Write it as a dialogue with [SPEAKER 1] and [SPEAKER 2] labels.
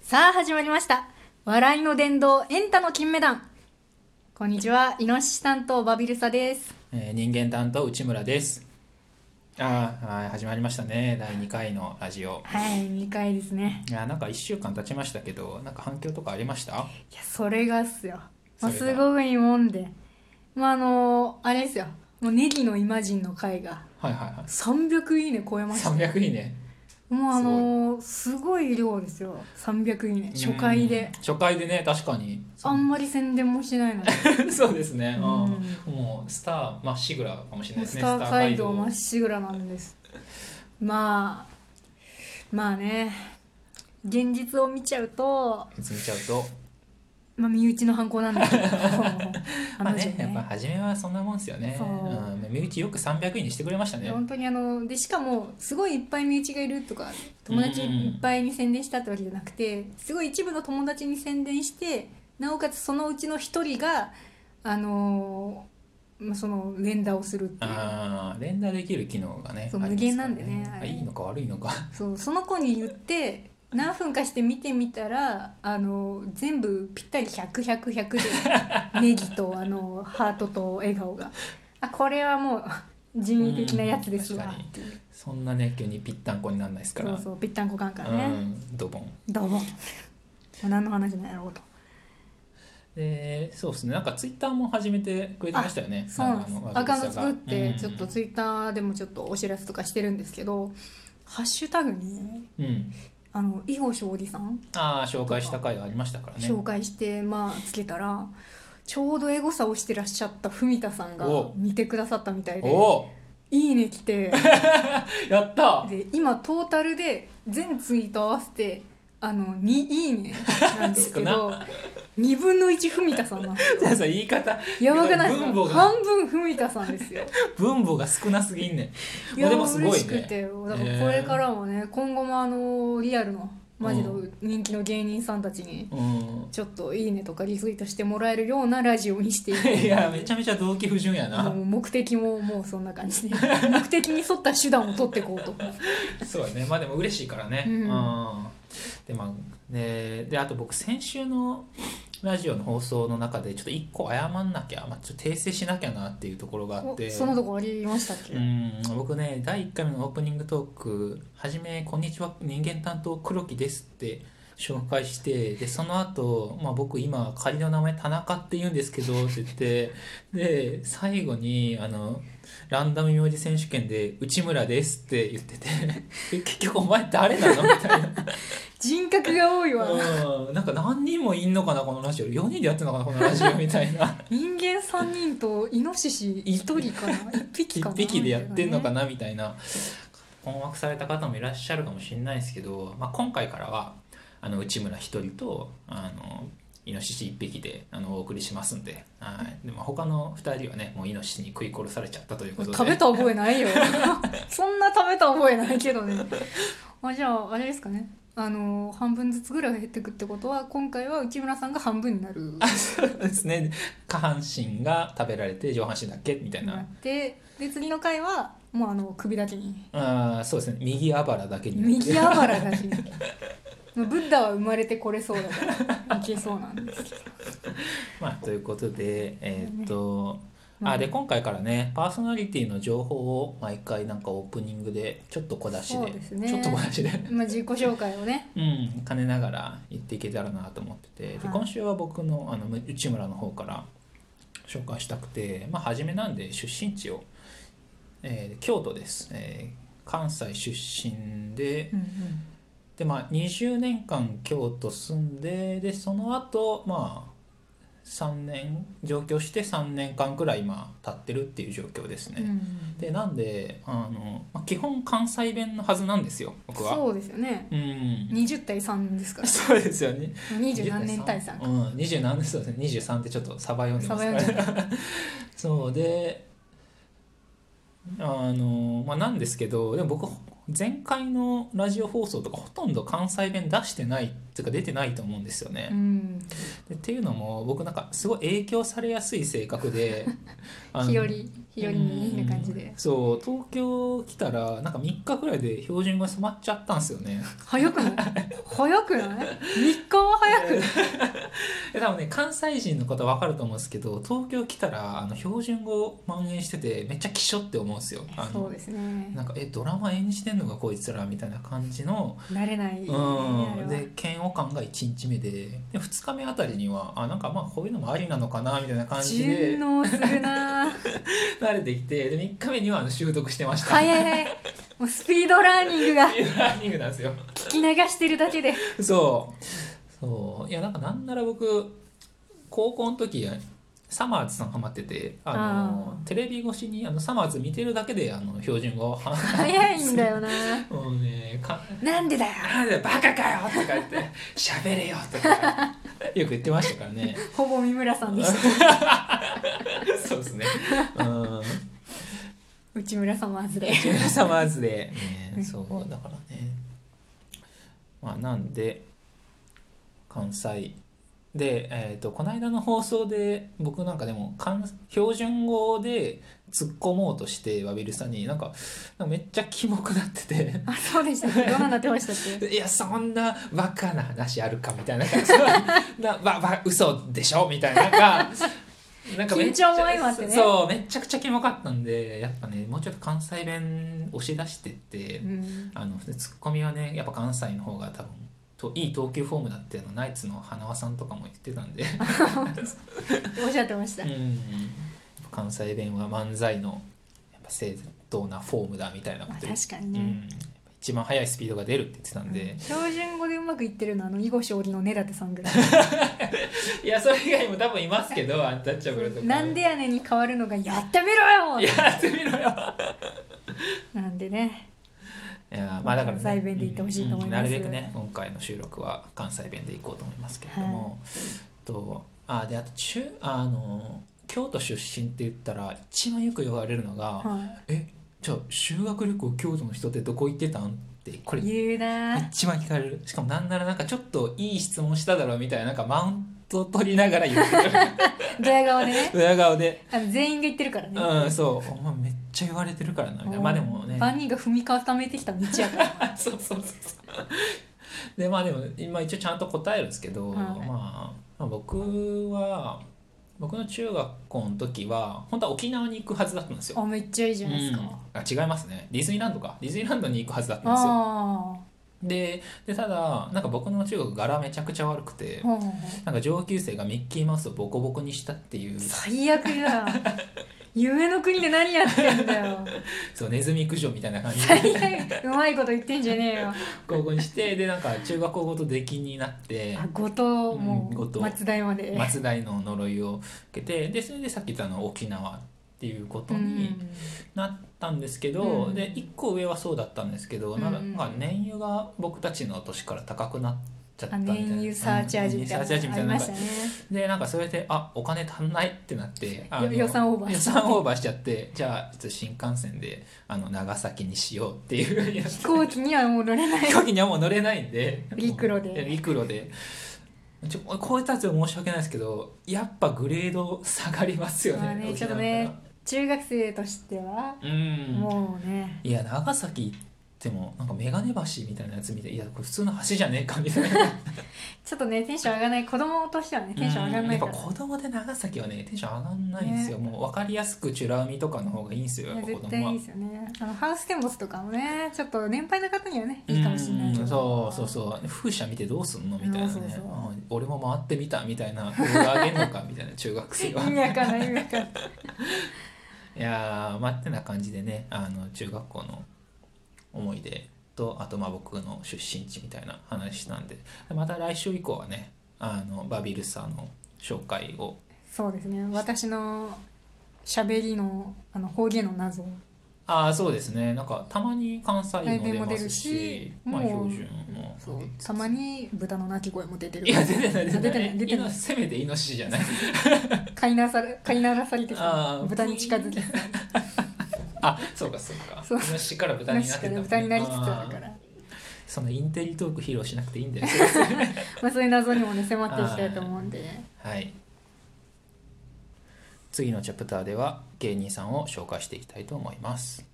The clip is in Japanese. [SPEAKER 1] さあ始まりました笑いの殿堂エンタの金メダンこんにちはイノシシ担当バビルサです
[SPEAKER 2] えー人間担当内村です。あーあー、始まりましたね。第2回のラジオ。
[SPEAKER 1] はい2回ですね
[SPEAKER 2] いやーなんか1週間経ちましたけど、なんか反響とかありました
[SPEAKER 1] いやそれがっすよ、まあ、
[SPEAKER 2] そ
[SPEAKER 1] す
[SPEAKER 2] れが
[SPEAKER 1] ごいもんでまああのあれですよもうネギのイマジンの回が
[SPEAKER 2] はいはいはい。
[SPEAKER 1] 300いいね超えました
[SPEAKER 2] 300いいね。
[SPEAKER 1] もうあのすごい量ですよ300いいね初回
[SPEAKER 2] うん
[SPEAKER 1] で。
[SPEAKER 2] 初回でね、確かに。
[SPEAKER 1] あんまり宣伝もしないのに
[SPEAKER 2] そうですね。うん
[SPEAKER 1] う
[SPEAKER 2] もうスター、まっしぐらかもしれないです
[SPEAKER 1] ス
[SPEAKER 2] ね。
[SPEAKER 1] ター街道まっ
[SPEAKER 2] ス
[SPEAKER 1] しぐらなんですまあまあね現実を見ちゃうと、
[SPEAKER 2] ター街道見ちゃうと。
[SPEAKER 1] まあ、身内の犯行なんだけどあ
[SPEAKER 2] まあ
[SPEAKER 1] の人
[SPEAKER 2] ね、やっぱ
[SPEAKER 1] ね
[SPEAKER 2] 初めはそんなもんですよね。
[SPEAKER 1] そう
[SPEAKER 2] うん。身内よく300位にしてくれましたね。
[SPEAKER 1] 本当にあのでしかもすごいいっぱい身内がいるとか友達いっぱいに宣伝したってわけじゃなくてすごい一部の友達に宣伝してなおかつそのうちの一人があのーまあ、その連打をするっていう
[SPEAKER 2] ああ、連打できる機能がね。
[SPEAKER 1] そう
[SPEAKER 2] あ
[SPEAKER 1] 無
[SPEAKER 2] りますから
[SPEAKER 1] 限なんでねあ
[SPEAKER 2] あ
[SPEAKER 1] れ
[SPEAKER 2] いいのか悪いのか。
[SPEAKER 1] そうその子に言って何分かして見てみたらあの全部ぴったり100100 100でネギとあのハートと笑顔があこれはもう人為的なやつですわ
[SPEAKER 2] うん確かに
[SPEAKER 1] っていう
[SPEAKER 2] そんなね急にぴったんこにならないですから
[SPEAKER 1] そうそうぴったんこカンカン
[SPEAKER 2] う
[SPEAKER 1] ね、
[SPEAKER 2] んドボン
[SPEAKER 1] どうももう何の話なんやろうと
[SPEAKER 2] でそうですねなんかツイッターも始めてくれてましたよね
[SPEAKER 1] そうなんです
[SPEAKER 2] あの
[SPEAKER 1] アカウント作ってちょっと
[SPEAKER 2] うん
[SPEAKER 1] ツイッターでもちょっとお知らせとかしてるんですけど、ハッシュタグに
[SPEAKER 2] うん、
[SPEAKER 1] あの囲碁将棋さん
[SPEAKER 2] ああ紹介した回がありましたからね
[SPEAKER 1] 紹介して、まあ、つけたらちょうどエゴサをしてらっしゃった文田さんが
[SPEAKER 2] お
[SPEAKER 1] 見てくださったみたい
[SPEAKER 2] お
[SPEAKER 1] で
[SPEAKER 2] お
[SPEAKER 1] 「いいね」来 て
[SPEAKER 2] やった
[SPEAKER 1] で今トータルで全ツイート合わせてあの2「いいね」なんですけ
[SPEAKER 2] 少
[SPEAKER 1] ど2分の1文田さんなんですよ
[SPEAKER 2] さ 言い方
[SPEAKER 1] やばくないです
[SPEAKER 2] 分
[SPEAKER 1] か
[SPEAKER 2] 母が
[SPEAKER 1] 半分文田さんです よ。
[SPEAKER 2] 分母が少なすぎんねん
[SPEAKER 1] い
[SPEAKER 2] ま
[SPEAKER 1] や
[SPEAKER 2] あでもすご
[SPEAKER 1] 嬉
[SPEAKER 2] い
[SPEAKER 1] しくて
[SPEAKER 2] ね
[SPEAKER 1] よだからこれからもね今後もあのリアルのマジの
[SPEAKER 2] う
[SPEAKER 1] 人気の芸人さんたちに
[SPEAKER 2] うん
[SPEAKER 1] ちょっと「いいね」とかリツイートしてもらえるようなラジオにしていく
[SPEAKER 2] いやめちゃめちゃ動機不純やな、
[SPEAKER 1] もう目的ももうそんな感 じで目的に沿った手段を取っていこうと
[SPEAKER 2] そうやねまあでも嬉しいからね
[SPEAKER 1] う
[SPEAKER 2] うんん、でまあねであと僕先週のラジオの放送の中でちょっと一個謝んなきゃ、まあ、ちょっと訂正しなきゃなっていうところがあっ
[SPEAKER 1] お
[SPEAKER 2] て
[SPEAKER 1] そのとこありましたっけ、
[SPEAKER 2] うん僕ね第1回目のオープニングトーク「はじめこんにちは人間担当黒木です」って紹介してでその後、まあ僕今仮の名前田中って言うんですけどって言ってで最後にあのランダム名字選手権で「内村です」って言ってて え結局お前誰なのみたいな。
[SPEAKER 1] 人格が多いわ
[SPEAKER 2] うんなんか何人もいんのかなこのラジオ4人でやってんのかなこのラジオみたいな
[SPEAKER 1] 人間3人とイノシシ1人かな1匹か
[SPEAKER 2] 一
[SPEAKER 1] な
[SPEAKER 2] 匹でやってんのか
[SPEAKER 1] な
[SPEAKER 2] なみたいな困惑された方もいらっしゃるかもしれないですけど、まあ、今回からはあの内村1人とあのイノシシ1匹であのお送りしますんで,、はいでも他の2人はねもうイノシシに食い殺されちゃったということで
[SPEAKER 1] 食べた覚えない よそんな食べた覚えないけどねあじゃああれですかねあの半分ずつぐらい減ってくってことは今回は内村さんが半分になる
[SPEAKER 2] そうですね下半身が食べられて上半身だけみたいな、
[SPEAKER 1] なってで次の回はもうあの首だけに
[SPEAKER 2] あーそうですね右あばらだけになって
[SPEAKER 1] 右あばらだしブッダは生まれてこれそうだからいけそうなんですけど
[SPEAKER 2] まあ、ということで、えーっと、
[SPEAKER 1] まあ
[SPEAKER 2] あ、で、今回からね、パーソナリティの情報を毎回なんかオープニングで、ちょっと小出し
[SPEAKER 1] そう
[SPEAKER 2] で、
[SPEAKER 1] ですね
[SPEAKER 2] ちょっと小出しで、
[SPEAKER 1] まあ自己紹介をね
[SPEAKER 2] うん、兼ねながら言っていけたらなと思ってて、で
[SPEAKER 1] はい
[SPEAKER 2] 今週は僕のあの内村の方から紹介したくて、まあ、初めなんで出身地を、えー京都です。えー関西出身で、でまあ20年間京都住んででその後まあ3年上京して3年間くらい今経ってるっていう状況ですね、でなんであの、まあ、基本関西弁のはずなんですよ僕は
[SPEAKER 1] そうですよね
[SPEAKER 2] う、ん、
[SPEAKER 1] 20対3ですから
[SPEAKER 2] そうですよね
[SPEAKER 1] 20何年対3か
[SPEAKER 2] うん20何年そうですね23ってちょっとサバ読んで
[SPEAKER 1] サ
[SPEAKER 2] ま
[SPEAKER 1] バ
[SPEAKER 2] す
[SPEAKER 1] 読
[SPEAKER 2] か
[SPEAKER 1] ん
[SPEAKER 2] ら
[SPEAKER 1] じゃった
[SPEAKER 2] そうであのまあなんですけどでも僕前回のラジオ放送とかほとんど関西弁出してないっていうか出てないと思うんですよ
[SPEAKER 1] う
[SPEAKER 2] ね。
[SPEAKER 1] ん
[SPEAKER 2] でっていうのも僕なんかすごい影響されやすい性格であの
[SPEAKER 1] 日和日和にみたいな感じ
[SPEAKER 2] う
[SPEAKER 1] で
[SPEAKER 2] んそう東京来たらなんか3日くらいで標準語に染まっちゃったんですよね
[SPEAKER 1] 早くない早くない ?3 日は早くない
[SPEAKER 2] え 多分ね関西人の方分かると思うんですけど東京来たらあの標準語蔓延しててめっちゃ希少って思うんですよあの
[SPEAKER 1] そうですね
[SPEAKER 2] なんかえドラマ演じてんのかこいつらみたいな感じの、
[SPEAKER 1] 慣れない、ねあれ
[SPEAKER 2] うん、
[SPEAKER 1] は
[SPEAKER 2] で嫌悪感が1日目でで2日目あたりにはあなんかまあこういうのもありなのかなみたいな感じで
[SPEAKER 1] 順応するなぁ
[SPEAKER 2] 慣れてきてで3日目にはあの習得してました
[SPEAKER 1] 早い早いもうスピードラーニングが
[SPEAKER 2] っていうランニングなんですよ
[SPEAKER 1] 聞き流してるだけで
[SPEAKER 2] そうそういやなんかなんなら僕高校の時サマーズさんハマっててあの
[SPEAKER 1] あー
[SPEAKER 2] テレビ越しにあのサマーズ見てるだけであの標準語を
[SPEAKER 1] 早いんだよな
[SPEAKER 2] もうねか
[SPEAKER 1] なんでだよ
[SPEAKER 2] なんだよバカかよとか言 って「喋れよ」とかよく言ってましたからね
[SPEAKER 1] ほぼ三村さんで した
[SPEAKER 2] そうですねうん
[SPEAKER 1] 内村さんは外れ
[SPEAKER 2] ジュニアサマーズで、ね、そうだからねまあなんで関西で、えー、とこの間の放送で僕なんかでも関標準語で突っ込もうとしてわびるさんになんかなんかめっちゃキモくなってて
[SPEAKER 1] あ そうでしたっけどうなってましたっけ
[SPEAKER 2] いやそんなバカな話あるかみたいな感じ なばば嘘でしょみたいななんかなんかめっちゃ
[SPEAKER 1] 緊張も相まってね
[SPEAKER 2] そうめちゃくちゃキモかったんでやっぱねもうちょっと関西弁押し出してって、
[SPEAKER 1] うん
[SPEAKER 2] あのツッコミはねやっぱ関西の方が多分といい投球フォームだっていうのナイツの花輪さんとかも言って たんで、
[SPEAKER 1] おっしゃってました
[SPEAKER 2] うんやっぱ関西弁は漫才のやっぱ正当なフォームだみたいなこ
[SPEAKER 1] まあ
[SPEAKER 2] と言って
[SPEAKER 1] 確かに
[SPEAKER 2] う
[SPEAKER 1] ね
[SPEAKER 2] ん、一番速いスピードが出るって言ってたんで。
[SPEAKER 1] 標準語でうまくいってるのはあの囲碁将棋の根立さん ぐらい
[SPEAKER 2] いや、それ以外も多分いますけど、アンタッチャブルとか。
[SPEAKER 1] なんでやねんに変わるのがやってみろ
[SPEAKER 2] いや
[SPEAKER 1] よ
[SPEAKER 2] ってみろよ。いや、
[SPEAKER 1] なんでね
[SPEAKER 2] まあだから、
[SPEAKER 1] 関西弁で言ってほしいと思います
[SPEAKER 2] うんなるべくね、今回の収録は関西弁で行こうと思いますけれども。と、あ、で、あと、中、あの、京都出身って言ったら、一番よく言われるのが、
[SPEAKER 1] は
[SPEAKER 2] え、じゃあ修学旅行京都の人ってどこ行ってたんって、こ
[SPEAKER 1] い言
[SPEAKER 2] れ
[SPEAKER 1] うなぁ
[SPEAKER 2] 一番聞かれるしかもなんならなんかちょっといい質問しただろうみたいななんかマウント取りながら言ってく る
[SPEAKER 1] ドヤ顔でね
[SPEAKER 2] 裏顔で
[SPEAKER 1] あの全員が言ってるからね
[SPEAKER 2] うん、そう。お前めっちゃ言われてるからな、みたいな。まあでもね。
[SPEAKER 1] バニーが踏み固めてきた道やから
[SPEAKER 2] そうそうそうそう。で、まあでも、今一応ちゃんと答えるんですけど、
[SPEAKER 1] はい
[SPEAKER 2] まあ、まあ僕は、僕の中学校の時は、本当は沖縄に行くはずだったんですよ。
[SPEAKER 1] あめっちゃいいじゃないですか、
[SPEAKER 2] うんあ違いますね。ディズニーランドか。ディズニーランドに行くはずだったんですよ。
[SPEAKER 1] あ
[SPEAKER 2] でで、ただ、なんか僕の中学柄めちゃくちゃ悪くて
[SPEAKER 1] あ、ほうほうほ
[SPEAKER 2] なんか上級生がミッキーマウスをボコボコにしたっ ていう
[SPEAKER 1] う、最悪 だ夢の国で何やってんだよ
[SPEAKER 2] そう、ネズミ駆除みたいな感じで。
[SPEAKER 1] 最 悪うまいこと言ってんじゃねえ よ
[SPEAKER 2] 高校にしてでなんか中学校ごと出禁になって
[SPEAKER 1] あ後藤も
[SPEAKER 2] うん後
[SPEAKER 1] う
[SPEAKER 2] 藤
[SPEAKER 1] 松代まで
[SPEAKER 2] 松代の呪いを受けてでそれでさっき言ったあの沖縄っていうことになったんですけど、
[SPEAKER 1] うん
[SPEAKER 2] で1個上はそうだったんですけど、
[SPEAKER 1] うん
[SPEAKER 2] なんか燃油が僕たちの年から高くなっちゃった
[SPEAKER 1] あ
[SPEAKER 2] みたいな
[SPEAKER 1] 燃油サーチャージ
[SPEAKER 2] うん
[SPEAKER 1] みたいな
[SPEAKER 2] 燃油サーチャージみ
[SPEAKER 1] のありまし
[SPEAKER 2] たいななん
[SPEAKER 1] た
[SPEAKER 2] か
[SPEAKER 1] ね
[SPEAKER 2] でなんかそれであお金足んないってなってあの
[SPEAKER 1] 予算オーバー
[SPEAKER 2] 予算オーバーしちゃってじゃあちょっと新幹線であの長崎にしようっていうやつ
[SPEAKER 1] 飛行機にはもう乗れ ない
[SPEAKER 2] 飛行機にはもう乗れないんで
[SPEAKER 1] 陸路で
[SPEAKER 2] 陸路でちょこういったやつは申し訳ないですけどやっぱグレード下がりますよね,
[SPEAKER 1] まあ
[SPEAKER 2] 沖縄から、
[SPEAKER 1] ねちょっとね中学生としては
[SPEAKER 2] うん
[SPEAKER 1] もうね
[SPEAKER 2] いや長崎行ってもなんか眼鏡橋みたいなやつ見ていやこれ普通の橋じゃねえかみたいな
[SPEAKER 1] ちょっとねテンション上がらない子供としては ねテンション上がらない
[SPEAKER 2] うん
[SPEAKER 1] か
[SPEAKER 2] やっ
[SPEAKER 1] ら
[SPEAKER 2] ぱ子供で長崎はねテンション上がんないんですよ、もう分かりやすく美ら海とかの方がいいんですよやっ
[SPEAKER 1] い
[SPEAKER 2] ぱ
[SPEAKER 1] や
[SPEAKER 2] 子
[SPEAKER 1] 絶
[SPEAKER 2] 供
[SPEAKER 1] 対
[SPEAKER 2] はい
[SPEAKER 1] いですよねあのハウステンボスとかもねちょっと年配の方にはねいいかもしれないけ
[SPEAKER 2] う
[SPEAKER 1] ど
[SPEAKER 2] んそうそうそう風車見てどうすんのみたいなね
[SPEAKER 1] そうそうそう
[SPEAKER 2] うん俺も回ってみたみたいな動画あげんのかみたいな中学生 は
[SPEAKER 1] 意味わかんない意味わかんない
[SPEAKER 2] いやーまあってな感じでねあの中学校の思い出とあとまあ僕の出身地みたいな話したんでまた来週以降はねあのバビルサの紹介を
[SPEAKER 1] そうですね私の喋りのあの方言の謎
[SPEAKER 2] ああそうですねなんかたまに関西
[SPEAKER 1] 来
[SPEAKER 2] も
[SPEAKER 1] 年
[SPEAKER 2] 出
[SPEAKER 1] も
[SPEAKER 2] ま
[SPEAKER 1] 出る
[SPEAKER 2] すし
[SPEAKER 1] し、
[SPEAKER 2] まあ、
[SPEAKER 1] もう
[SPEAKER 2] 標準も
[SPEAKER 1] そうたまに豚の鳴き声も出てる
[SPEAKER 2] いや出てない出
[SPEAKER 1] 出
[SPEAKER 2] て
[SPEAKER 1] て
[SPEAKER 2] な
[SPEAKER 1] ないい出てない
[SPEAKER 2] イノせめてイノシシじゃない
[SPEAKER 1] 飼いなされ飼いならされて
[SPEAKER 2] あ
[SPEAKER 1] さ
[SPEAKER 2] ー
[SPEAKER 1] 豚に近づきつつ
[SPEAKER 2] あそうかそうか
[SPEAKER 1] そう
[SPEAKER 2] イノシシから豚になってたもんね
[SPEAKER 1] 豚になりつつあるか
[SPEAKER 2] あー
[SPEAKER 1] ら
[SPEAKER 2] そのインテリトーク披露しなくていいんだよ
[SPEAKER 1] まあそういう謎にもね迫っていきたいと思うんで
[SPEAKER 2] はい次のチャプターでは芸人さんを紹介していきたいと思います